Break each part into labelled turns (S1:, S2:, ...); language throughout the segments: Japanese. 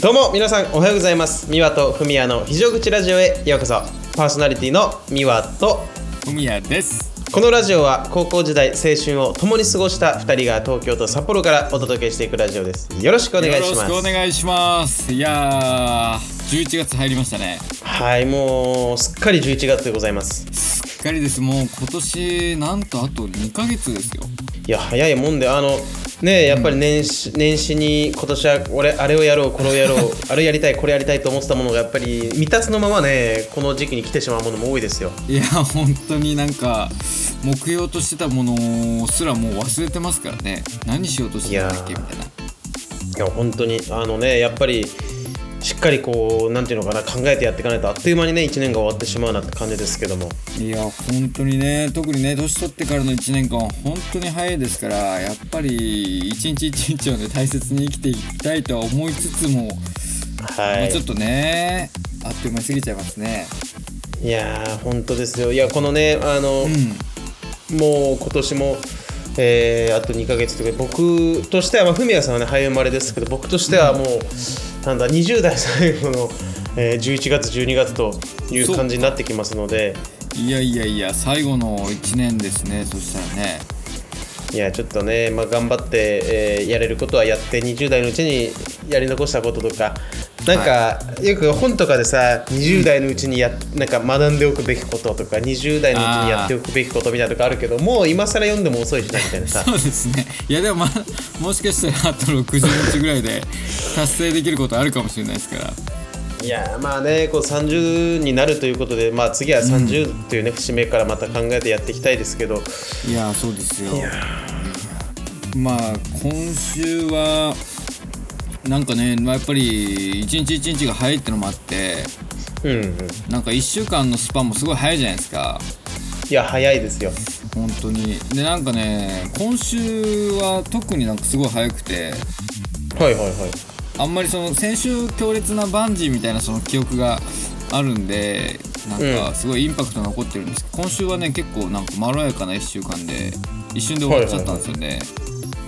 S1: どうも皆さんおはようございますミワとフミヤの非常口ラジオへようこそパーソナリティのミワと
S2: ふみやです。
S1: このラジオは高校時代青春を共に過ごした2人が東京と札幌からお届けしていくラジオですよろしくお願いします
S2: よろしくお願いします。いやー、11月入りましたね。
S1: はいもうすっかり11月でございます
S2: しっかりです。もう今年なんとあと2ヶ月ですよ。
S1: いや早いもんであのねえやっぱり年始,、年始に今年は俺あれをやろうこれをやろ うあれやりたいこれやりたいと思ってたものがやっぱり未達のままねこの時期に来てしまうものも多いですよ
S2: いや本当になんか目標としてたものすらもう忘れてますからね。何しようとしてたんだっけ
S1: い
S2: み
S1: やー
S2: たいな。
S1: いや本当にあのねやっぱりしっかりこうなんていうのかな考えてやっていかないとあっという間にね1年が終わってしまうなって感じですけども
S2: いや本当にね特にね年取ってからの1年間は本当に早いですからやっぱり一日一日をね大切に生きていきたいとは思いつつも、
S1: は
S2: もうちょっ
S1: い
S2: とねあっという間に過ぎちゃいますね。
S1: いやー本当ですよいやこのねあの、
S2: うん
S1: もう今年も、えーあと2ヶ月というか僕としてはまあフミヤさんはね早生まれですけど僕としてはもう、なんだ20代最後の、えー11月12月という感じになってきますので
S2: いやいやいや最後の1年ですねそしたらね
S1: いやちょっとね、まあ、頑張って、えーやれることはやって20代のうちにやり残したこととかなんか、よく本とかでさ20代のうちにやなんか学んでおくべきこととか20代のうちにやっておくべきことみたいなとかあるけどもう今更読んでも遅いしなみたいなさ
S2: そうですねいやでもまあもしかしたらあと60日ぐらいで達成できることあるかもしれないですから
S1: いやーまあねこう30になるということで、まあ、次は30という、ね節目からまた考えてやっていきたいですけど
S2: いやそうですよまあ今週はなんかね、まあ、やっぱり一日一日が早いってのもあって
S1: うん、うん、い
S2: なんか1週間のスパンもすごい早いじゃないですか
S1: や早いですよ
S2: 本当にでなんかね今週は特になんかすごい早くて
S1: はいはいはい
S2: あんまりその先週強烈なバンジーみたいなその記憶があるんでなん
S1: う
S2: かすごいインパクト残ってるんですけど、今週はね結構なんかまろやかな1週間で一瞬で終わっちゃったんですよね、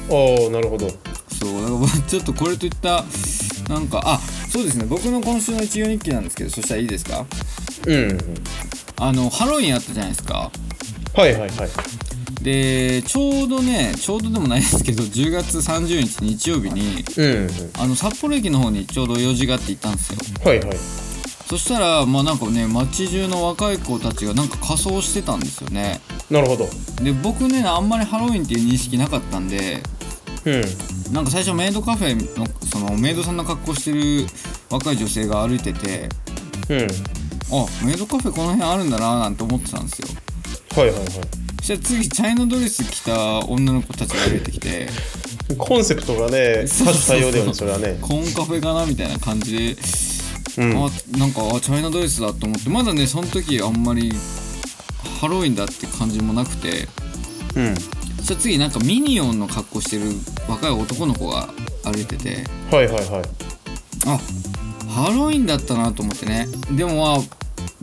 S1: おおなるほど
S2: そうだからまあ ちょっとこれといったなんかあそうですね僕の今週の一行日記なんですけどそしたらいいですか
S1: うんうん
S2: あのハロウィンあったじゃないですか
S1: はいはいはい
S2: でちょうどねちょうどでもないですけど10月30日日曜日に
S1: うんうん
S2: あの札幌駅の方にちょうど用事があって行ったんですよ
S1: はいはい
S2: そしたらまあなんかね街中の若い子たちがなんか仮装してたんですよね
S1: なるほど
S2: で僕ねあんまりハロウィンっていう認識なかったんで
S1: うん
S2: なんか最初メイドカフェのそのメイドさんの格好してる若い女性が歩いてて
S1: うん
S2: あメイドカフェこの辺あるんだなーなんて思ってたんですよ
S1: はいはいは
S2: そしたら次チャイナドレス着た女の子たちが歩いてきて
S1: いコンセプトがね
S2: そう
S1: 多
S2: そ
S1: 種
S2: うそ
S1: 多
S2: う
S1: 様だよねそれはね
S2: コンカフェかなみたいな感じで、
S1: うん
S2: あなんかあチャイナドレスだと思ってまだねその時あんまりハロウィンだって感じもなくて
S1: うん
S2: そしたら次なんかミニオンの格好してる若い男の子が歩いてて
S1: はいはいはい
S2: あハロウィンだったなと思ってねでもまあ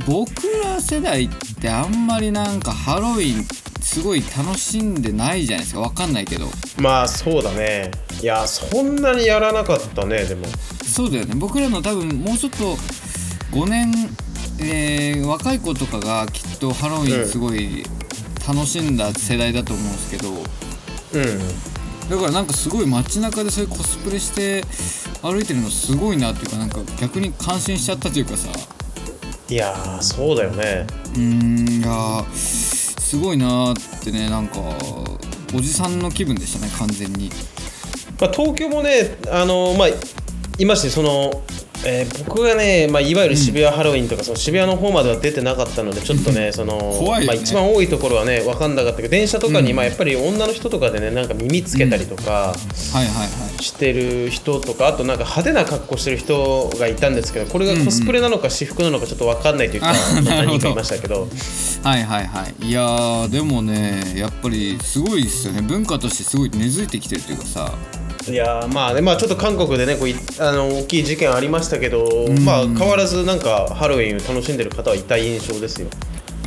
S2: 僕ら世代ってあんまりなんかハロウィンすごい楽しんでないじゃないですかわかんないけど
S1: まあそうだねいやそんなにやらなかったねでも
S2: そうだよね僕らの多分もうちょっと5年、えー若い子とかがきっとハロウィンすごい楽しんだ世代だと思うんですけど、
S1: うん
S2: だからなんかすごい街中でそういうコスプレして歩いてるのすごいなっていうかなんか逆に感心しちゃったというかさ
S1: いやーそうだよね
S2: うーんいやーすごいなーってねなんかおじさんの気分でしたね完全に
S1: まあ、東京もね、あのまあ、いましてその、えー僕がね、まあ、いわゆる渋谷ハロウィンとか、その渋谷の方までは出てなかったのでちょっとねその
S2: 怖いよ
S1: まあ、
S2: ね
S1: 一番多いところはね分かんなかったけど電車とかに、
S2: うん
S1: まあ、やっぱり女の人とかでねなんか耳つけたりとか。
S2: はいはいはい
S1: してる人とかあとなんか派手な格好してる人がいたんですけどこれがコスプレなのか私服なのかちょっと分かんないというか、
S2: あ
S1: う
S2: なるほ
S1: 何人
S2: ど
S1: かいましたけど
S2: はいはいはいいやーでもねやっぱりすごいですよね文化としてすごい根付いてきてるというかさ
S1: いやーまあねまあちょっと韓国でねこういあの大きい事件ありましたけど、
S2: ん
S1: まあ変わらずなんかハロウィンを楽しんでる方はいた印象ですよ。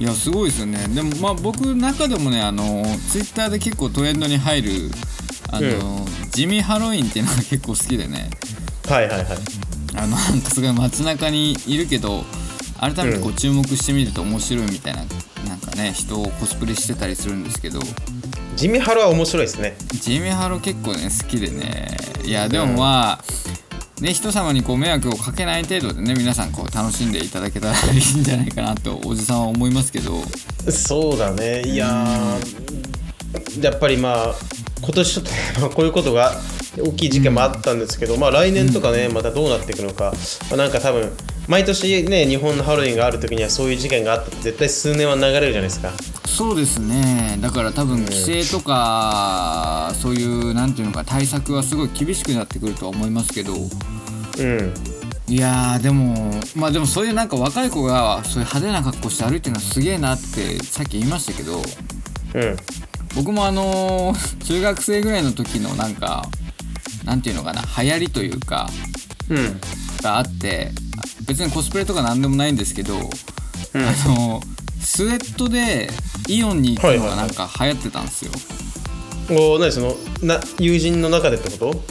S2: いやすごいですよねでもまあ僕中でもねあのツイッターで結構トレンドに入るあの、地味ハロウィンっていうのが結構好きでね
S1: はいはいはい。
S2: あのなんかすごい街中にいるけど改めて
S1: う
S2: こう注目してみると面白いみたいな、なんかね人をコスプレしてたりするんですけど
S1: 地味ハロは面白いですね
S2: ジミハロ結構ね好きでねいやでもまあ、ね、人様にこう迷惑をかけない程度でね皆さんこう楽しんでいただけたらいいんじゃないかなとおじさんは思いますけど
S1: そうだねいやーやっぱりまあ今年ち ょっとこういうことが大きい事件もあったんですけど、まあ来年とかねまたどうなっていくのか、まあなんか多分毎年ね日本のハロウィンがある時にはそういう事件があったって絶対数年は流れるじゃないですか
S2: そうですねだから多分規制とかそういうなんていうのか対策はすごい厳しくなってくるとは思いますけど
S1: うん
S2: いやーでもまあでもそういうなんか若い子がそういう派手な格好して歩いてるのすげえなってさっき言いましたけど
S1: うん
S2: 僕もあのー 中学生ぐらいの時のなんかなんていうのかな流行りというか
S1: うん
S2: があって別にコスプレとかなんでもないんですけ
S1: う
S2: ど、
S1: ん
S2: あのースウェットでイオンに行くの
S1: はいはいは
S2: が
S1: い
S2: なんか流行ってたんですよ、
S1: おー何そのな友人の中でってこと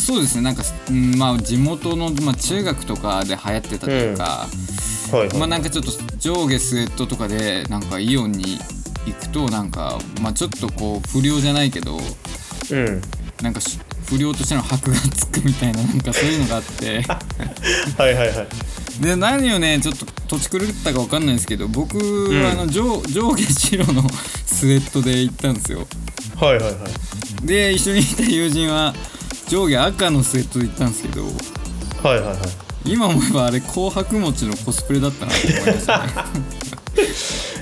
S2: そうですねなんか、うんまあ、地元の、まあ、中学とかで流行ってたというか、
S1: はい、
S2: まあなんかちょっと上下スウェットとかでなんかイオンに行くとなんかまあちょっとこう不良じゃないけど
S1: うん
S2: なんかし不良としての箔がつくみたいななんかそういうのがあって
S1: はいはいはい
S2: で何をねちょっと土地狂ったかわかんないんですけど僕
S1: ん
S2: はあの上上下白のスウェットで行ったんですよ
S1: はいはいはい
S2: で一緒にいた友人は上下赤のスウェットで行ったんですけど
S1: はいはいはい
S2: 今思えばあれ紅白餅のコスプレだったなって思いましたね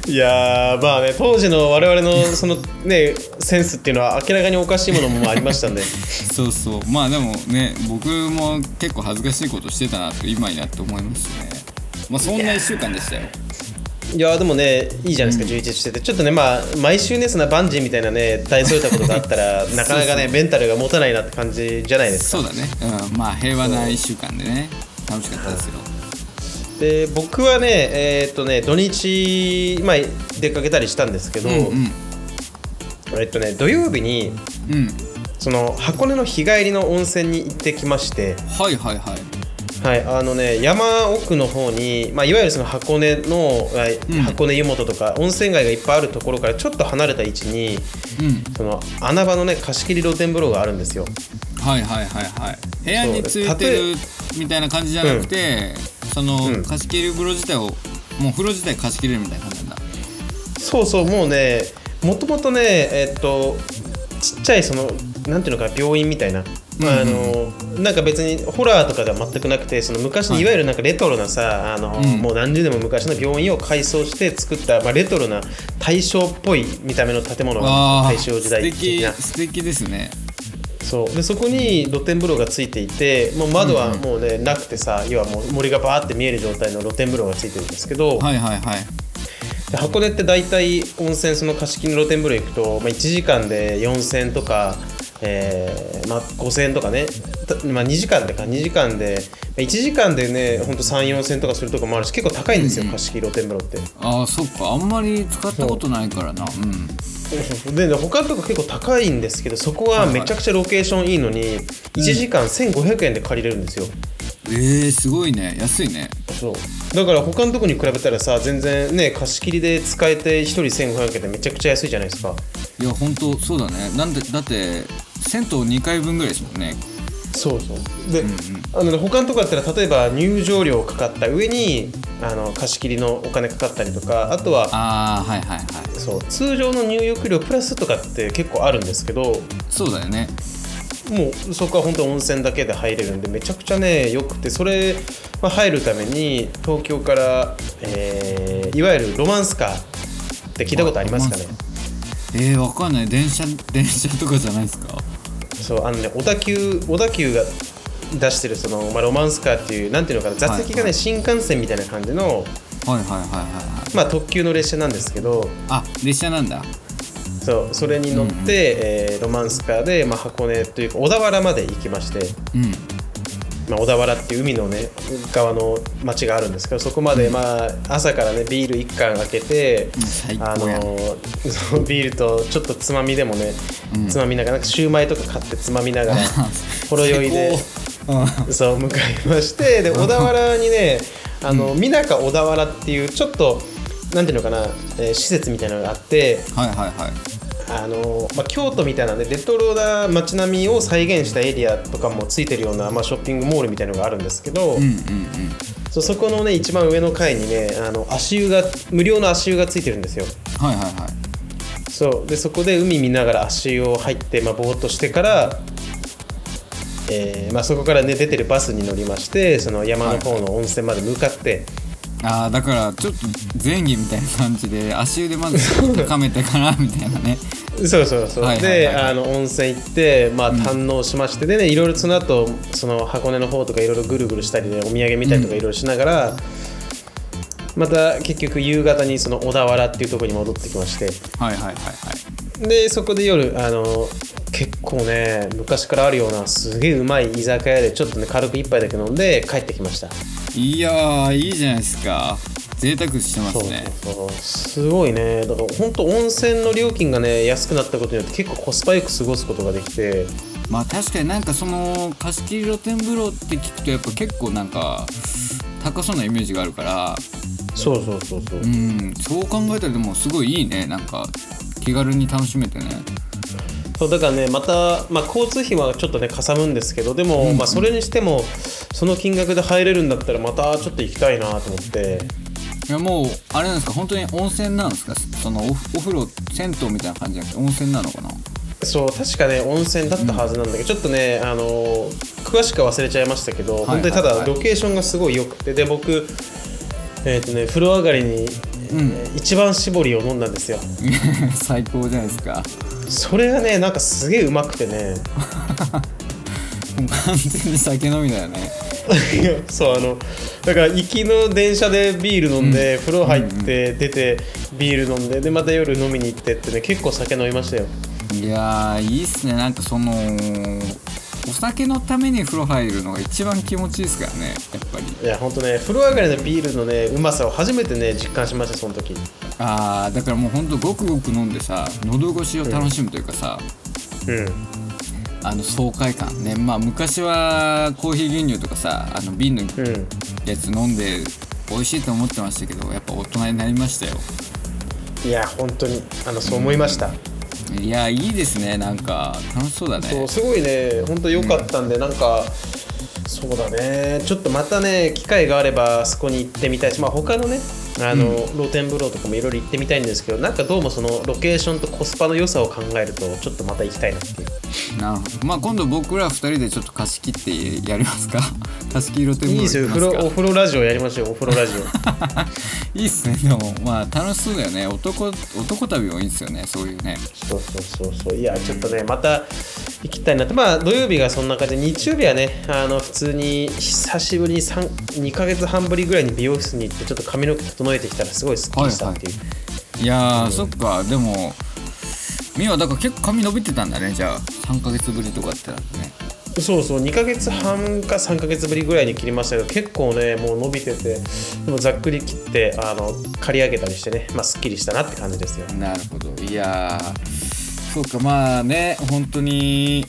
S1: いやーまあね当時の我々のそのねセンスっていうのは明らかにおかしいものもありましたんで
S2: そうそうまあでもね僕も結構恥ずかしいことしてたなって今になって思いますねまあそんな1週間でしたよ
S1: いやーでもねいいじゃないですか、充実しててちょっとねまあ毎週ねそんなバンジーみたいなね大それたことがあった らなかなかねメンタルが持たないなって感じじゃないですか
S2: そうだね、うん、まあ平和な1週間でね楽しかったですよ
S1: で僕はねえーっとね土日、まあ、出かけたりしたんですけど、
S2: うん
S1: えっとね土曜日に
S2: うんうん
S1: その箱根の日帰りの温泉に行ってきまして
S2: はいはいはい
S1: はい、あのね山奥の方に、まあ、いわゆるその箱根の、はい
S2: うん
S1: 箱根湯本とか温泉街がいっぱいあるところからちょっと離れた位置に
S2: うん
S1: その穴場のね貸し切り露天風呂があるんですよ
S2: はいはいはいはい部屋につい
S1: そう
S2: てるみたいな感じじゃなくて、その、
S1: うん
S2: 貸し切り風呂自体をもう風呂自体貸し切れるみたいな感じなんだ
S1: そうそうもうねもともとねえっとちっちゃいそのなんていうのか病院みたいな、まああ
S2: うん
S1: のなんか別にホラーとかでは全くなくてその昔の
S2: はい
S1: いわゆるなんかレトロなさ、あの
S2: うん
S1: もう何十年も昔の病院を改装して作った、まあ、レトロな大正っぽい見た目の建物が
S2: わあ
S1: 大正時
S2: 素
S1: 代的
S2: 敵
S1: な
S2: 素敵ですね
S1: そうでそこに露天風呂がついていてもう窓はもうね、なくてさ要はもう森がバーって見える状態の露天風呂がついてるんですけど、
S2: はいはいはい
S1: で箱根って大体温泉その貸し切りの露天風呂行くと、まあ、1時間で4000とか、えーまあ、5000とかね、たまあ、2時間でか2時間で1時間でねほんと34000とかするとこもあるし結構高いんですよ、
S2: うんうん
S1: 貸し切り露天風呂って。
S2: ああそっかあんまり使ったことないからなうん
S1: そうそうそうでね他のとこ結構高いんですけどそこはめちゃくちゃロケーションいいのに1時間1500円で借りれるんですよ。
S2: えー、すごいね安いね
S1: そうだから他のとこに比べたらさ全然ね貸し切りで使えて1人1500円でめちゃくちゃ安いじゃないですか
S2: いや本当そうだねなんでだって銭湯2回分ぐらいですもんね
S1: そうそうで、あのね他のとこだったら例えば入場料かかった上にあの貸し切りのお金かかったりとかあとは
S2: ああはいはいはい
S1: そう通常の入浴料プラスとかって結構あるんですけど
S2: そうだよね
S1: もうそこは本当温泉だけで入れるんでめちゃくちゃねよくてそれ、まあ、入るために東京から、えーいわゆるロマンスカーって聞いたことありますかね、
S2: えー、わかんない電車電車とかじゃないですか
S1: そうあのね小田急小田急が出してるその、まあ、ロマンスカーっていうなんていうのかな座席がね、
S2: はいはい
S1: 新幹線みたいな感じの、
S2: はいはいはいはいはい
S1: まあ、特急の列車なんですけど
S2: あ列車なんだ
S1: そうそれに乗って、えーロマンスカーで、まあ、箱根というか小田原まで行きまして、
S2: うん
S1: まあ、小田原っていう海のね側の町があるんですけどそこまで、まあ、朝からねビール1缶開けて、
S2: うん最
S1: あ
S2: 高や
S1: のーそうビールとちょっと つまみでもね、つまみながらなんかシューマイとか買ってつまみながらほろ酔いで
S2: 最うん
S1: そう向かいましてで小田原にねあの美中小田原っていうちょっとなんていうのかな、えー施設みたいなのがあって
S2: はいはいはい
S1: あの、まあ、京都みたいなんでレトロな街並みを再現したエリアとかもついてるような、まあ、ショッピングモールみたいなのがあるんですけど、
S2: うんうんうん
S1: そうそこのね一番上の階にねあの足湯が無料の足湯がついてるんですよ。
S2: はいはいはい
S1: そうでそこで海見ながら足湯を入って、まあ、ぼーっとしてから、えーまあ、そこから、ね、出てるバスに乗りましてその山の方の温泉まで向かって、
S2: あーだからちょっと前儀みたいな感じで足湯でまず高めてからみたいなね
S1: そうそうそう、
S2: はいはいはい
S1: であの温泉行って、まあ、堪能しまして、でねいろいろその後その箱根の方とかいろいろぐるぐるしたりでお土産見たりとかいろいろしながら、また結局夕方にその小田原っていうところに戻ってきまして
S2: はいはいはいはい
S1: でそこで夜あの結構ね昔からあるようなすげえうまい居酒屋でちょっとね軽く一杯だけ飲んで帰ってきました
S2: いやーいいじゃないですか贅沢してま
S1: そう
S2: すね
S1: そうそうすごいねだから本当温泉の料金がね安くなったことによって結構コスパよく過ごすことができて
S2: まあ確かになんかその貸し切り露天風呂って聞くとやっぱ結構なんか高そうなイメージがあるから
S1: そうそうそうそう
S2: うんそう考えたらでもすごいいいねなんか気軽に楽しめてね
S1: そうだからねまた、まあ、交通費はちょっとねかさむんですけどでも、まあ、それにしてもその金額で入れるんだったらまたちょっと行きたいなと思って
S2: いやもうあれなんですか本当に温泉なんですかそのおお風呂銭湯みたいな感じじゃなくて温泉なのかな
S1: そう確かね温泉だったはずなんだけど、ちょっとねあのー詳しくは忘れちゃいましたけど、
S2: はいはいは
S1: 本
S2: い
S1: 当にただロケーションがすごい良くてで僕えっ、とね風呂上がりに、えー一番搾りを飲んだんですよ
S2: 最高じゃないですか
S1: それがねなんかすげえうまくてね
S2: もう完全に酒飲みだよね
S1: いや そうあのだから行きの電車でビール飲んで、風呂入って出てビール飲んででまた夜飲みに行ってってね結構酒飲みましたよ
S2: いやーいいっすねなんかそのお酒のために風呂入るのが一番気持ちいいですからねやっぱり
S1: いやほんとね風呂上がりのビールのねうまさを初めてね実感しましたその時
S2: あーだからもうほんとごくごく飲んでさ喉越しを楽しむというかさ、
S1: うん
S2: あの爽快感ねまあ昔はコーヒー牛乳とかさあの瓶の
S1: うん
S2: やつ飲んで美味しいと思ってましたけどやっぱ大人になりましたよ
S1: いや本当にあのそう思いました、
S2: いやーいいですねなんか楽しそうだね
S1: そうすごいね本当良かったんで、なんかそうだねちょっとまたね機会があればそこに行ってみたいし、まあ、他のねあの、露天風呂とかもいろいろ行ってみたいんですけどなんかどうもそのロケーションとコスパの良さを考えるとちょっとまた行きたいなっていう
S2: なるほどまあ今度僕ら2人でちょっと貸し切ってやりますか貸し切り露天
S1: いい
S2: 風
S1: です
S2: 呂
S1: よ
S2: 行
S1: お風呂
S2: きますか
S1: お風呂ラジオやりましょうお風呂ラジオ
S2: いいっすねでもまあ楽しそうだよね男男旅もいいっすよねそういうね
S1: そうそうそうそういやちょっとねまた行きたいなとまあ土曜日がそんな感じで日曜日はねあの普通に久しぶりに2ヶ月半ぶりぐらいに美容室に行ってちょっと髪の毛整えてきたらすごいスッキリしたっていう、
S2: いやー、そっかでもみはだから結構髪伸びてたんだねじゃあ3ヶ月ぶりとかってなってね
S1: そうそう2ヶ月半か3ヶ月ぶりぐらいに切りましたけど結構ねもう伸びててでもざっくり切ってあの刈り上げたりしてねまあすっきりしたなって感じですよ
S2: なるほどいやーそうかまあね本当に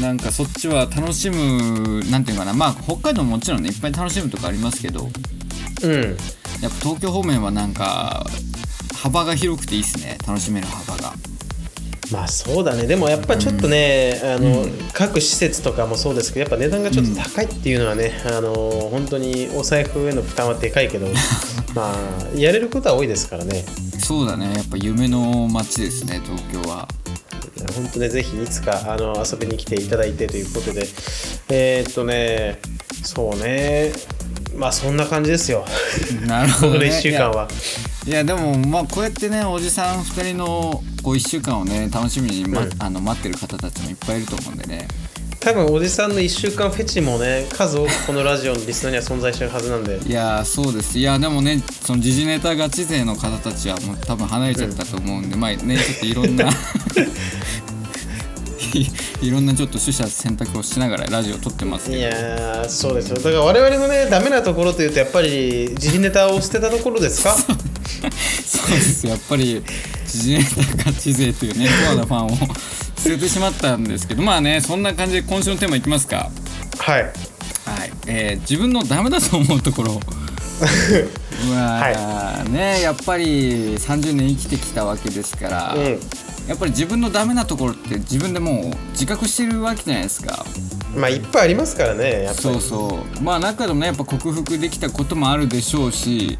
S2: なんかそっちは楽しむなんていうかなまあ北海道ももちろんねいっぱい楽しむとかありますけど
S1: うん
S2: やっぱ東京方面はなんか幅が広くていいっすね楽しめる幅が
S1: まあそうだねでもやっぱちょっとね、あの各施設とかもそうですけどやっぱ値段がちょっと高いっていうのはね、あの本当にお財布への負担はでかいけどまあやれることは多いですからね
S2: そうだねやっぱ夢の街ですね東京は
S1: 本当ね、ぜひいつかあの遊びに来ていただいてということで、えーっとね、そうね、まあそんな感じですよ、
S2: なるほ
S1: こ
S2: ど、
S1: の
S2: ね、
S1: 1週間はい
S2: やいやでもまあこうやってねおじさん2人のこう1週間をね楽しみに、ま
S1: うん
S2: あの待ってる方たちもいっぱいいると思うんでね
S1: 多分おじさんの1週間フェチもね、数多くこのラジオのリスナーには存在してるはずなんで、
S2: いやーそうですいやでもねその時事ネタガチ勢の方たちはもう多分離れちゃったと思うんで、まあねちょっといろ んないいろんなちょっと取捨選択をしながらラジオを撮ってますけど
S1: いやー、そうですよ、だから我々のね、ダメなところというと、やっぱり時事ネタを捨てたところですか
S2: そうですやっぱり知事ネタガチ勢というねコアなファンを捨ててしまったんですけどまあねそんな感じで今週のテーマいきますか
S1: はい、
S2: えー自分のダメだと思うとこ ろまあ、ねやっぱり30年生きてきたわけですから、
S1: うん
S2: やっぱり自分のダメなところって自分でもう自覚してるわけじゃないですか
S1: まあいっぱいありますからねやっぱ
S2: そうそうまあ中でもねやっぱ克服できたこともあるでしょうし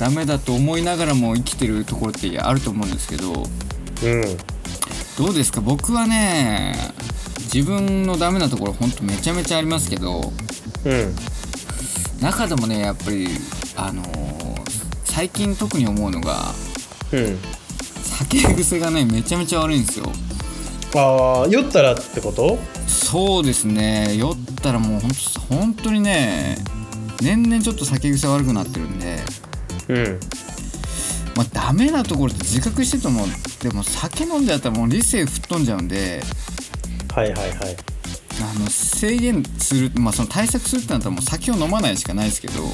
S2: ダメだと思いながらも生きてるところってあると思うんですけど
S1: りうん
S2: どうですか僕はね自分のダメなところほんとめちゃめちゃありますけど
S1: うん
S2: 中でもねやっぱりあのー最近特に思うのが
S1: うん
S2: 酒癖がねめちゃめちゃ悪いんですよ
S1: ああ酔ったらってこと
S2: そうですね酔ったらもうほんと本当にね年々ちょっと酒癖悪くなってるんで
S1: うん
S2: まあダメなところって自覚しててもでも酒飲んじゃったらもう理性吹っ飛んじゃうんで
S1: はいはいはい
S2: あの制限するまあその対策するってなったらもう酒を飲まないしかないですけど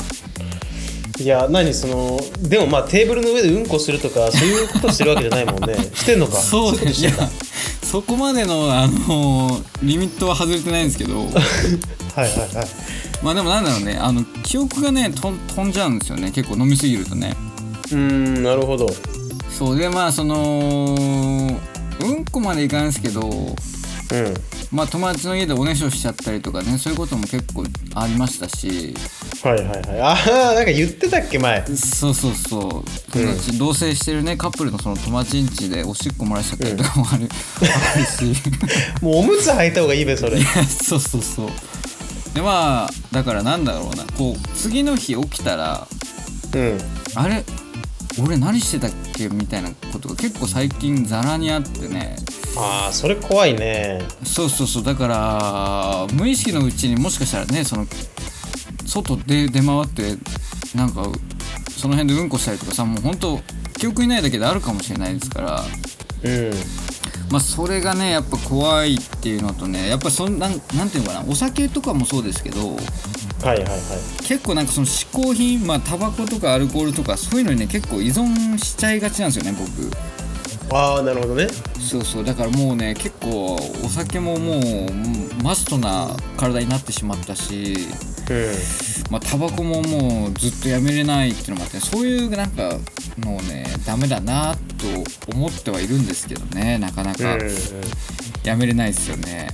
S1: いや何そのでもまあテーブルの上でうんこするとかそういうことしてるわけじゃないもん ねしてんのか
S2: そう
S1: い
S2: で
S1: うこと
S2: す
S1: して
S2: ね
S1: んだ
S2: そこまでの、あのリミットは外れてないんですけど
S1: はいはいはい
S2: まあでもなんだろうねあの記憶がねとん飛んじゃうんですよね結構飲みすぎるとね
S1: うーんなるほど
S2: そうでまあそのうんこまでいかないですけど
S1: うん
S2: まあ友達の家でおねしょしちゃったりとかねそういうことも結構ありましたし
S1: はいはいはいああなんか言ってたっけ前
S2: そうそうそう友達、同棲してるねカップルのその友達ん家でおしっこ漏らしちゃったりとかもある,、あるし。
S1: もうおむつ履いた方がいいべそ れ
S2: そうそうそうでまあだからなんだろうなこう次の日起きたら
S1: うん
S2: あれ俺何してたっけみたいなことが結構最近ザラにあってね
S1: ああそれ怖いね
S2: そうそうそうだから無意識のうちにもしかしたらねその外で出回ってなんかその辺でうんこしたりとかさもう本当記憶にないだけであるかもしれないですから
S1: うん
S2: まあそれがねやっぱ怖いっていうのとねやっぱそんなんなんていうのかなお酒とかもそうですけど
S1: はいはいはい
S2: 結構なんかその嗜好品まあタバコとかアルコールとかそういうのにね結構依存しちゃいがちなんですよね僕
S1: ああなるほどね
S2: そうそうだからもうね結構お酒ももううんマストな体になってしまったし
S1: う、
S2: まあタバコももうずっとやめれないっていうのもあってそういうなんかのをねダメだなと思ってはいるんですけどねなかなんか
S1: うんうん
S2: やめれないですよね、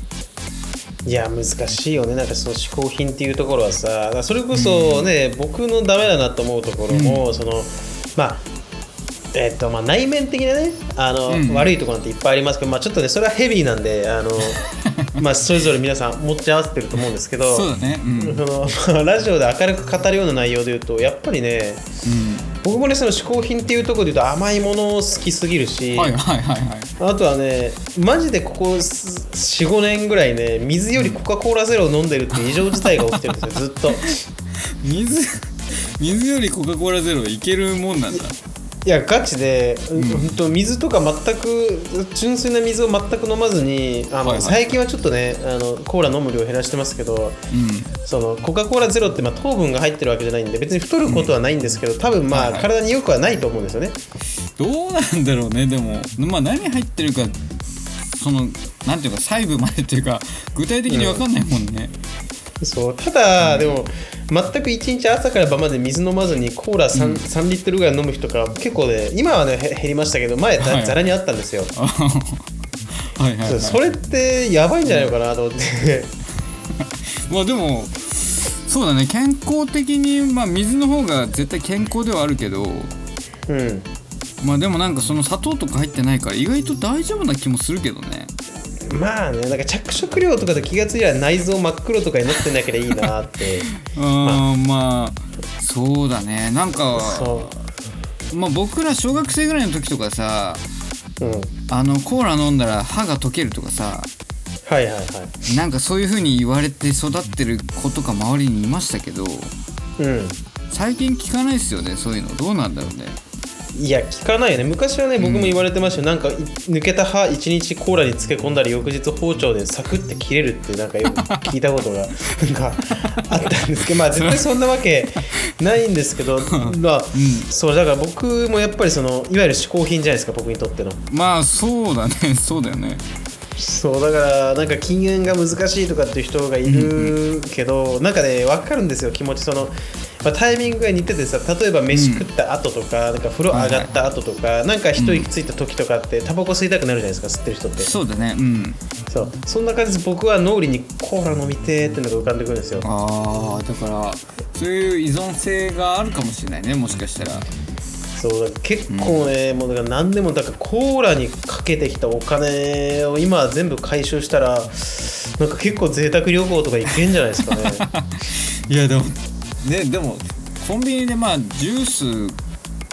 S1: いや難しいよねなんかその嗜好品っていうところはさだからそれこそね、僕のダメだなと思うところも、そのまあえっとまあ、内面的なねあの、
S2: うん
S1: 悪いところなんていっぱいありますけど、まあ、ちょっとねそれはヘビーなんで あのまあそれぞれ皆さん持ち合わせてると思うんですけど
S2: そうだねうん、うん、
S1: そのまあラジオで明るく語るような内容で言うとやっぱりね僕もねその嗜好品っていうところで言うと甘いもの好きすぎるし、
S2: はいはいはいはい
S1: あとはねマジでここ45年ぐらいね水よりコカ・コーラゼロを飲んでるっていう異常事態が起きてるんです よずっと
S2: 水水よりコカ・コーラゼロいけるもんなんだ
S1: いやガチで、うん、と水とか全く純粋な水を全く飲まずにあの、
S2: はいはい
S1: 最近はちょっとねあのコーラ飲む量減らしてますけど
S2: うん
S1: そのコカ・コーラゼロって、まあ、糖分が入ってるわけじゃないんで別に太ることはないんですけど、多分まあ、
S2: はいはい
S1: 体によくはないと思うんですよね
S2: どうなんだろうねでもまあ何入ってるかそのなんていうか細部までっていうか具体的に分かんないもんね、
S1: そうただ、でも全く一日朝から晩まで水飲まずにコーラ 3,、3リットルぐらい飲む人が結構ね今はねへ減りましたけど前ざ
S2: はい
S1: ざらにあったんですよ、
S2: あはいはい、
S1: そ
S2: は
S1: う
S2: い、
S1: それってやばいんじゃないのかなと思って
S2: まあでもそうだね健康的にまあ水の方が絶対健康ではあるけど
S1: うん
S2: まあでもなんかその砂糖とか入ってないから意外と大丈夫な気もするけどね
S1: まあねなんか着色料とかで気がついたら内臓真っ黒とかになってなければいいなって
S2: うーんまあそうだねなんか
S1: そ
S2: まあ僕ら小学生ぐらいの時とかさ
S1: う、うん、はい
S2: あのコーラ飲んだら歯が溶けるとかさ
S1: はいは
S2: なんかそういう風に言われて育ってる子とか周りにいましたけど
S1: いうん
S2: 最近聞かないですよねそういうのどうなんだろうね
S1: いや聞かないよね昔はね僕も言われてましたよ、なんかい抜けた歯1日コーラに漬け込んだり翌日包丁でサクッて切れるってなんかよく 聞いたことがなんかあったんですけどまあ絶対そんなわけないんですけ どまあ、そうだから僕もやっぱりそのいわゆる嗜好品じゃないですか僕にとっての
S2: まあそうだねそうだよね
S1: そうだからなんか禁煙が難しいとかっていう人がいるけど、なんかね分かるんですよ気持ちその、まあ、タイミングが似ててさ例えば飯食った後とか,、なんか風呂上がった後とか、なんか一息ついた時とかって、タバコ吸いたくなるじゃないですか吸ってる人って
S2: そうだねうん
S1: そうそんな感じで僕は脳裏にコーラ飲みてーってのが浮かんでくるんですよ
S2: ああだからそういう依存性があるかもしれないねもしかしたら
S1: そうだから結構ね、もうだから何でもだからコーラにかけてきたお金を今全部回収したらなんか結構贅沢旅行とか行けんじゃないですか ね
S2: いやでもねでもコンビニでまあジュース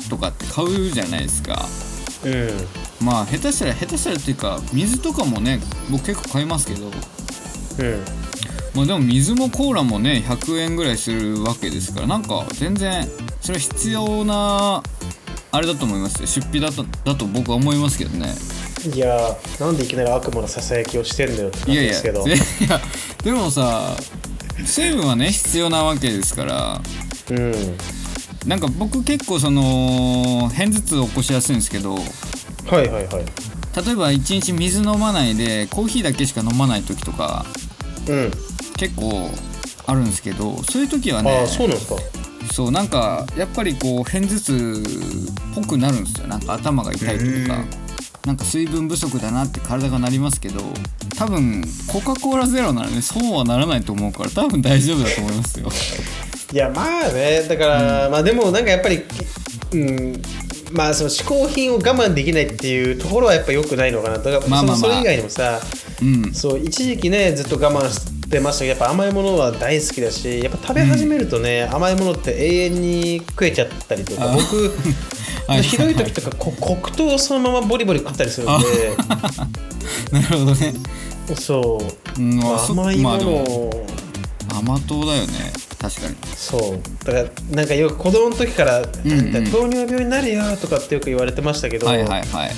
S2: とかって買うじゃないですか
S1: うん
S2: まあ下手したら下手したらっていうか水とかもね僕結構買いますけど
S1: うん
S2: まあでも水もコーラもね100円ぐらいするわけですからなんか全然それは必要なあれだと思いますよ出費だとだと僕は思いますけどね
S1: いやーなんでいきなり悪魔のささやきをしてんだよって
S2: い
S1: 感じ
S2: やい
S1: で
S2: や
S1: すけど
S2: いやでもさ成分はね必要なわけですから
S1: うん
S2: なんか僕結構その片頭痛を起こしやすいんですけど
S1: はいはいはい
S2: 例えば一日水飲まないでコーヒーだけしか飲まない時とか
S1: うん
S2: 結構あるんですけどそういう時は
S1: あ
S2: ね
S1: あそうなんですか
S2: そうなんかやっぱりこう片頭痛っぽくなるんですよなんか頭が痛いという
S1: う
S2: か
S1: ん
S2: なんか水分不足だなって体がなりますけど多分コカ・コーラゼロならねそうはならないと思うから多分大丈夫だと思いますよ
S1: いやまあねだから、まあでもなんかやっぱりうんまあその嗜好品を我慢できないっていうところはやっぱ良くないのかなとか、
S2: まあまあまあ
S1: そのそれ以外にもさ
S2: うん
S1: そう一時期ねずっと我慢してましたけどやっぱ甘いものは大好きだしやっぱ食べ始めるとね、甘いものって永遠に食えちゃったりとか
S2: あ
S1: 僕
S2: はい
S1: ひどい時とかこ黒糖をそのままボリボリ食ったりするん
S2: なるほどね、
S1: でそう
S2: うん
S1: まあ
S2: そ
S1: 甘いも
S2: まあで
S1: の
S2: も
S1: を
S2: 甘党だよね確かに
S1: そうだからなんかよく子供の時から、
S2: んうん
S1: 糖尿病になるよとかってよく言われてましたけど、
S2: はいはいはい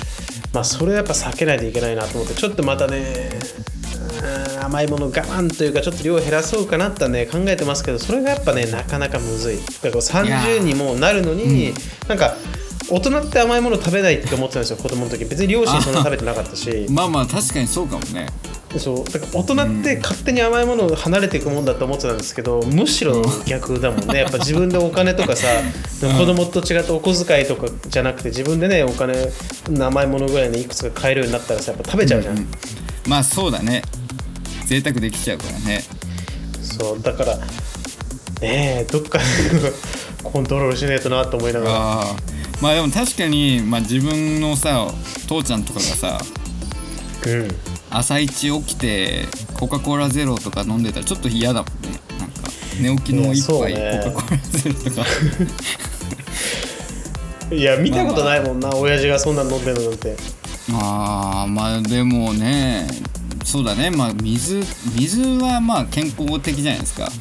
S1: まあそれはやっぱ避けないといけないなと思ってちょっとまたねうん甘いもの我慢というかちょっと量を減らそうかなってね考えてますけどそれがやっぱねなかなかむずいだからこう
S2: いやー
S1: 30にもうなるのに、なんか大人って甘いもの食べないって思ってたんですよ子供の時別に両親そんな食べてなかったし
S2: まあまあ確かにそうかもね
S1: そうだから大人って勝手に甘いものを離れていくもんだと思ってたんですけどむしろ逆だもんねやっぱ自分でお金とかさ子供と違ってお小遣いとかじゃなくて自分でねお金甘いものぐらいのいくつか買えるようになったらさやっぱ食べちゃうじゃん、
S2: まあそうだね贅沢できちゃうからね
S1: そうだからねえどっか コントロールしないとなと思いながら
S2: あまあでも確かに、まあ、自分のさ父ちゃんとかがさ
S1: うん
S2: 朝一起きてコカ・コーラゼロとか飲んでたらちょっと嫌だもんねなんか寝起きの一杯
S1: いやそう
S2: コ
S1: ね
S2: カ・コーラゼロと か
S1: いや見たことないもんな、親父がそんなん飲んでるのなんて
S2: まあまあでもねそうだねまあ水水はまあ健康的じゃないですか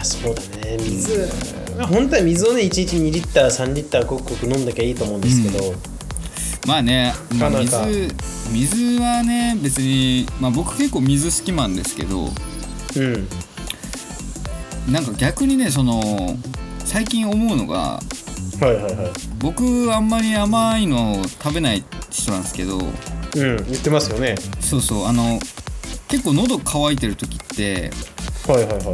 S1: あそうだね水、まあ本当は水をね1日2リッター3リッターごくごく飲んだきゃいいと思うんですけど、
S2: まあね、まあ、
S1: なかなか
S2: 水水はね別に、まあ、僕結構水好きなんですけど
S1: うん
S2: なんか逆にねその最近思うのが
S1: はいはいはい
S2: 僕あんまり甘いのを食べない人なんですけど
S1: うん言ってますよね
S2: そうそうあの結構喉乾いてる時って
S1: はいはいはい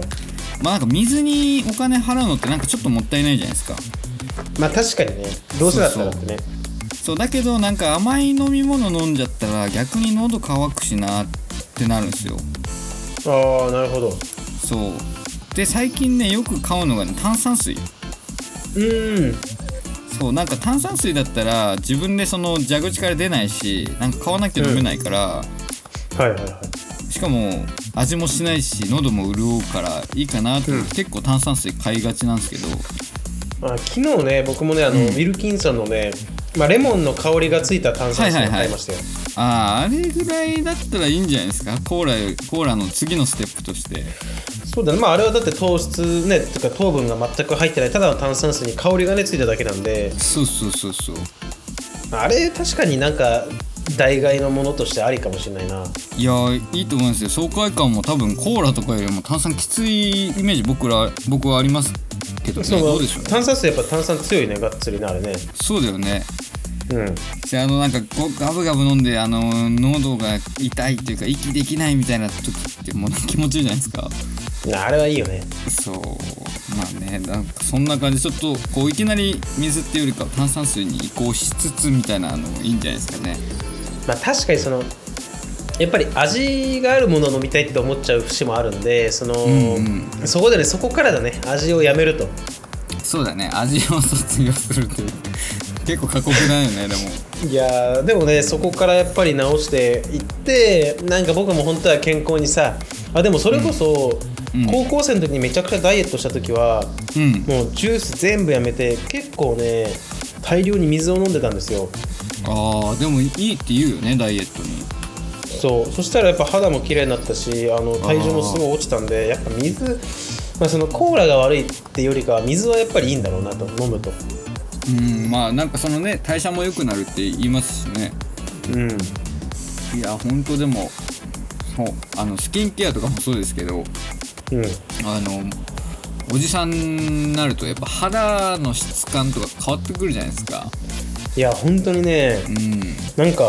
S2: まあなんか水にお金払うのってなんかちょっともったいないじゃないですか
S1: まあ確かにねどうせだったらってね
S2: そうだけどなんか甘い飲み物飲んじゃったら逆に喉乾くしなってなるんですよ
S1: ああなるほどう
S2: そうで最近ねよく買うのがね炭酸水
S1: ーん
S2: そうなんか炭酸水だったら自分でその蛇口から出ないしなんか買わなきゃ飲めないから、
S1: はいはいはい
S2: しかも味もしないし喉も潤うからいいかなと、
S1: うん
S2: 結構炭酸水買いがちなんですけど
S1: あ昨日ね僕もねあの、
S2: うん
S1: ウィルキンソンのね、まあ、レモンの香りがついた炭酸水を買いましたよ、
S2: あああれぐらいだったらいいんじゃないですかコーラよコーラの次のステップとして
S1: そうだねまああれはだって糖質ねとか糖分が全く入ってないただの炭酸水に香りがねついただけなんで
S2: そうそうそうそう
S1: あれ確かになんか代替のものとしてありかもしれないない
S2: やーいいと思いますよ爽快感も多分コーラとかよりも炭酸きついイメージ僕ら僕はありますけどね
S1: そ
S2: ど
S1: の
S2: うでしょうね
S1: 炭酸水やっぱ炭酸強いねがっつりねあれね
S2: そうだよね
S1: うん
S2: であのなんかこうガブガブ飲んであの喉が痛いっていうか息できないみたいな時ってもうなんか 気持ちいいじゃないですか
S1: あれはいいよね
S2: そうまあねなんかそんな感じちょっとこういきなり水っていうよりかは炭酸水に移行しつつみたいなのいいんじゃないですかね
S1: まあ、確かにそのやっぱり味があるものを飲みたいって思っちゃう節もあるんでその、
S2: んうん
S1: そこでねそこからだね味をやめると
S2: そうだね味を卒業するっていう結構過酷だよねでも
S1: いやーでもねそこからやっぱり直していってなんか僕も本当は健康にさあでもそれこそ、
S2: うん
S1: 高校生の時にめちゃくちゃダイエットした時は
S2: うん
S1: もうジュース全部やめて結構ね大量に水を飲んでたんですよ
S2: ああでもいいって言うよねダイエットに
S1: そうそしたらやっぱ肌も綺麗になったしあの体重もすごい落ちたんでやっぱ水、まあ、そのコーラが悪いってよりかは水はやっぱりいいんだろうなと飲むと
S2: うんまあなんかそのね代謝も良くなるって言いますしね
S1: うん
S2: いやほんとでもそうあのスキンケアとかもそうですけど
S1: うん
S2: あのおじさんになるとやっぱ肌の質感とか変わってくるじゃないですか
S1: いや本当にね
S2: うん
S1: なんか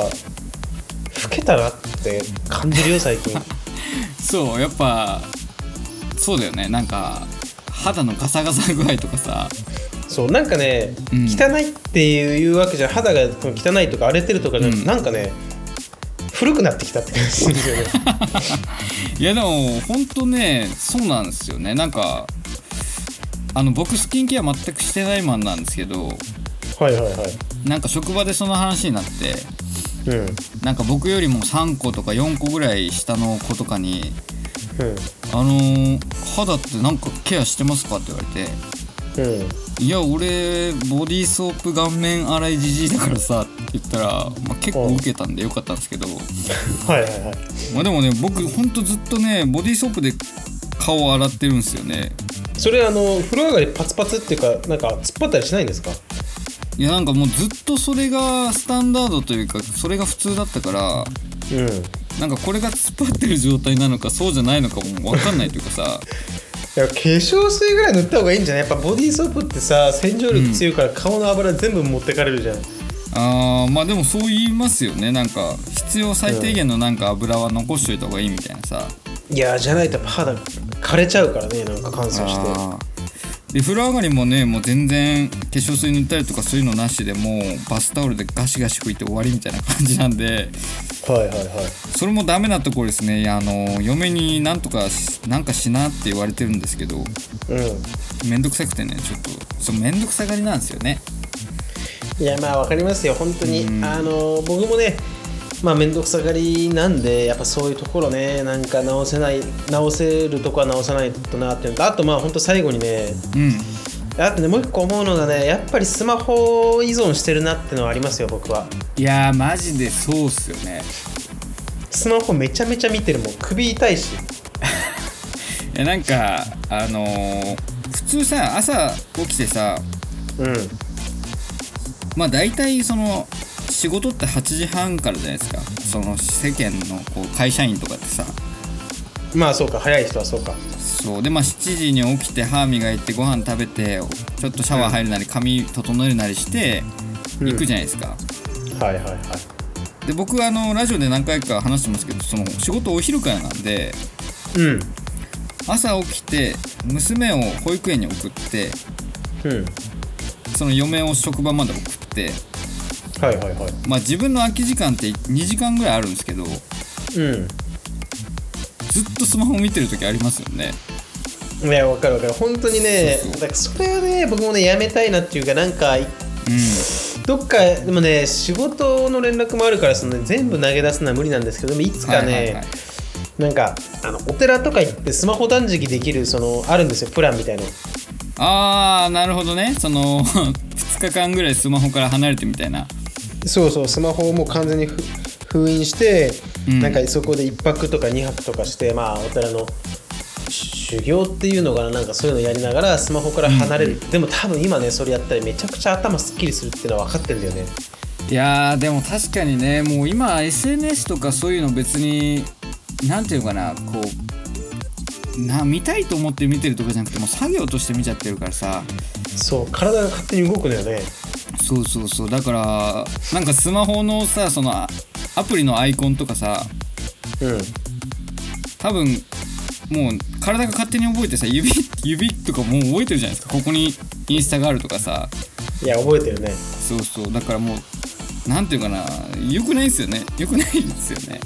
S1: 老けたなって感じるよ最 近
S2: そうやっぱそうだよねなんか肌のガサガサ具合とかさ
S1: そうなんかね、
S2: うん
S1: 汚いっていうわけじゃ肌が汚いとか荒れてるとかじゃなくて、
S2: うん
S1: なんかね古くなってきたって感じするんですよね
S2: いやでもほんとねそうなんですよねなんかあの僕スキンケア全くしてないマンなんですけど
S1: はいはいはい
S2: なんか職場でその話になって
S1: うん
S2: なんか僕よりも3個とか4個ぐらい下の子とかに
S1: うん
S2: 「あのー肌ってなんかケアしてますか?」って言われて
S1: うん
S2: 「いや俺ボディーソープ顔面洗いじじいだからさ」って言ったら、まあ、結構受けたんでよかったんですけど、
S1: はいはいはい
S2: まあ、でもね僕ほんとずっとねボディーソープで顔を洗ってるんですよね
S1: それあの風呂上がりパツパツっていうかなんか突っ張ったりしないんですか
S2: いやなんかもうずっとそれがスタンダードというかそれが普通だったから
S1: うん
S2: なんかこれが突っ張ってる状態なのかそうじゃないのかも分かんないというかさ
S1: いや化粧水ぐらい塗った方がいいんじゃないやっぱボディーソープってさ洗浄力強いから顔の油全部持ってかれるじゃん、
S2: あーまあでもそう言いますよねなんか必要最低限のなんか油は残しといた方がいいみたいなさ、
S1: いやじゃないとやっぱ肌枯れちゃうからねなんか乾燥して
S2: あーで風呂上がりもねもう全然化粧水塗ったりとかそういうのなしでもうバスタオルでガシガシ拭いて終わりみたいな感じなんで
S1: はいはいはい
S2: それもダメなところですねいやあの嫁になんとかしなんかしなって言われてるんですけど
S1: う
S2: めんどくさくてねちょっとそうめんどくさがりなんですよね
S1: んいやまあわかりますよ本当に、あの僕もねまあ面倒くさがりなんでやっぱそういうところねなんか直せない直せるとこは直さないとなっていうのとあとまあ本当最後にね
S2: うん
S1: あとねもう一個思うのがねやっぱりスマホ依存してるなってのはありますよ僕はい
S2: やーマジでそうっすよね
S1: スマホめちゃめちゃ見てるもん首痛いし
S2: いやなんかあのー普通さ朝起きてさ
S1: うん
S2: まあ大体その仕事って8時半からじゃないですかその世間のこう会社員とかってさ
S1: まあそうか早い人はそうか
S2: そうでまあ7時に起きて歯磨いてご飯食べてちょっとシャワー入るなり髪整えるなりして
S1: うん
S2: 行くじゃないですか、
S1: はいはいはい
S2: で僕あのラジオで何回か話してますけどその仕事お昼からなんで
S1: うん
S2: 朝起きて娘を保育園に送って
S1: うん
S2: その嫁を職場まで送って
S1: はいはいは
S2: まあ自分の空き時間って2時間ぐらいあるんですけどず
S1: いうん
S2: っとスマホ見てる時ありますよね
S1: いやわかるわかる本当にね
S2: そうそう
S1: だからそれはね僕もねやめたいなっていうかなんか
S2: う
S1: どっかでもね仕事の連絡もあるからその、ね、全部投げ出すのは無理なんですけどでもいつ
S2: ん
S1: かね、
S2: はいはいはい
S1: なんかあのお寺とか行ってスマホ断食できるそのあるんですよプランみたいなの
S2: ああなるほどねその2 日間ぐらいスマホから離れてみたいな
S1: そうそうスマホをもう完全にふ封印して、
S2: うん
S1: なんかそこで1泊とか2泊とかしてまあお寺のし修行っていうのかななんかそういうのやりながらスマホから離れる、でも多分今ねそれやったらめちゃくちゃ頭すっきりするっていうのは分かってんだよね
S2: いやーでも確かにねもう今 SNS とかそういうの別になんていうのかなこうな見たいと思って見てるとかじゃなくてもう作業として見ちゃってるからさ
S1: そう体が勝手に動くのよね
S2: そうそうそうだからなんかスマホのさそのあアプリのアイコンとかさ
S1: うん
S2: 多分もう体が勝手に覚えてさ指指とかもう覚えてるじゃないですかここにインスタがあるとかさ
S1: いや覚えてるね
S2: そうそうだからもうなんていうかな良くないですよね良くないですよね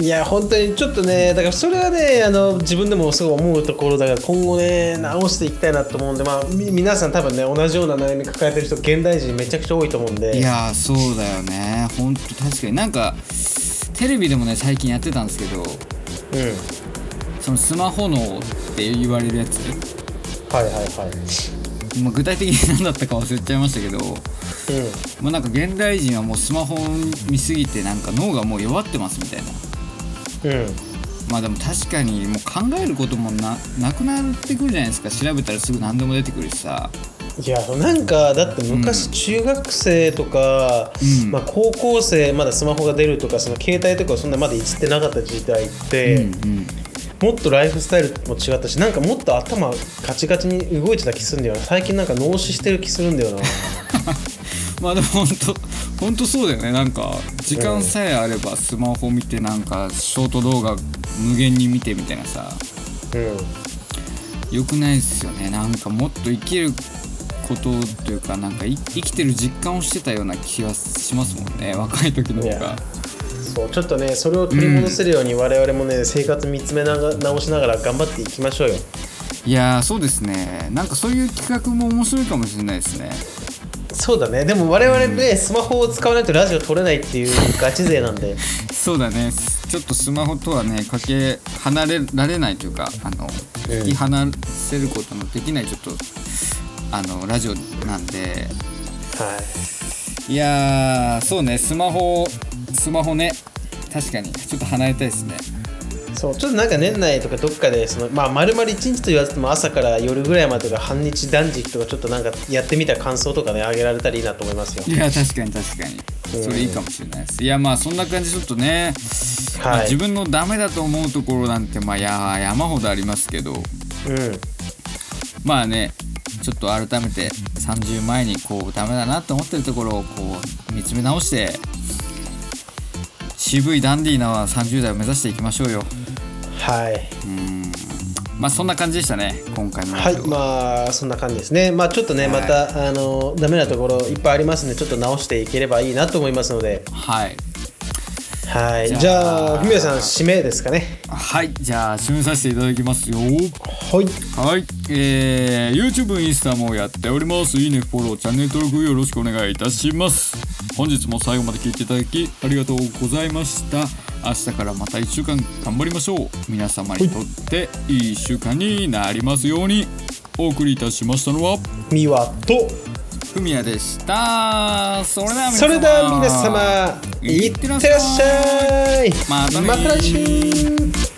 S1: いや本当にちょっとねだからそれはねあの自分でもすごい思うところだから今後ね直していきたいなと思うんでまあみ皆さん多分ね同じような悩み抱えてる人現代人めちゃくちゃ多いと思うんで
S2: いやーそうだよねほんと確かになんかテレビでもね最近やってたんですけど
S1: うん
S2: そのスマホ脳って言われるやつ、
S1: はいはいはい
S2: まあ、具体的に何だったか忘れちゃいましたけど
S1: うん
S2: もうなんか現代人はもうスマホを見すぎてなんか脳がもう弱ってますみたいな
S1: うん、
S2: まあでも確かにもう考えることもななくなってくるじゃないですか調べたらすぐ何でも出てくるしさ
S1: いやなんかだって昔中学生とか、
S2: うん
S1: まあ、高校生まだスマホが出るとかその携帯とかそんなまだいじってなかった時代って、
S2: うんうん
S1: もっとライフスタイルも違ったしなんかもっと頭ガチガチに動いてた気するんだよな最近なんか脳死してる気するん だよな
S2: まあでも本当本当そうだよねなんか時間さえあればスマホ見てなんかショート動画無限に見てみたいなさ
S1: うん
S2: 良くないっすよねなんかもっと生きることというかなんかい生きてる実感をしてたような気がしますもんね若い時の方
S1: いや
S2: が
S1: そうちょっとねそれを取り戻せるように我々もね、生活見つめなが直しながら頑張っていきましょうよ
S2: いやーそうですねなんかそういう企画も面白いかもしれないですね
S1: そうだねでも我々ね、スマホを使わないとラジオ撮れないっていうガチ勢なん で
S2: そうだねちょっとスマホとはねかけ離れられないというかあの
S1: ええ
S2: 引き離せることのできないちょっとあのラジオなんで
S1: はい
S2: いやーそうねスマホスマホね確かにちょっと離れたいですね
S1: そうちょっとなんか年内とかどっかでそのまあ丸々一日と言わずとも朝から夜ぐらいまでとか半日断食とかちょっとなんかやってみた感想とかねあげられたらいいなと思いますよ
S2: いや確かに確かに それいいかもしれないですいやまあそんな感じちょっとね、まあ
S1: はい
S2: 自分のダメだと思うところなんてまあや山ほどありますけど
S1: うん
S2: まあねちょっと改めて30前にこうダメだなと思ってるところをこう見つめ直して渋いダンディーな30代を目指していきましょうよ
S1: はい、
S2: うんまあそんな感じでしたね今回のラ
S1: は
S2: ジ
S1: い
S2: オ
S1: まあそんな感じですねまあちょっとね、
S2: は
S1: ま
S2: い
S1: たあのダメなところいっぱいありますんでちょっと直していければいいなと思いますので
S2: はい
S1: はい
S2: じゃあ
S1: じゃあふみやさん指名ですかね
S2: はいじゃあ締めさせていただきますよ
S1: はい
S2: はい、えー、YouTube、インスタもやっております。いいね、フォロー、チャンネル登録よろしくお願いいたします。本日も最後まで聞いていただきありがとうございました。明日からまた1週間頑張りましょう。皆様にとっていい1週間になりますように。お送りいたしましたのは、
S1: みわと
S2: ふみやでした。それでは皆様。
S1: それでは皆様い
S2: い
S1: っ
S2: ってて
S1: ら
S2: ら
S1: っ
S2: っ
S1: し
S2: し
S1: ゃ
S2: ゃ
S1: い
S2: またねー
S1: また来週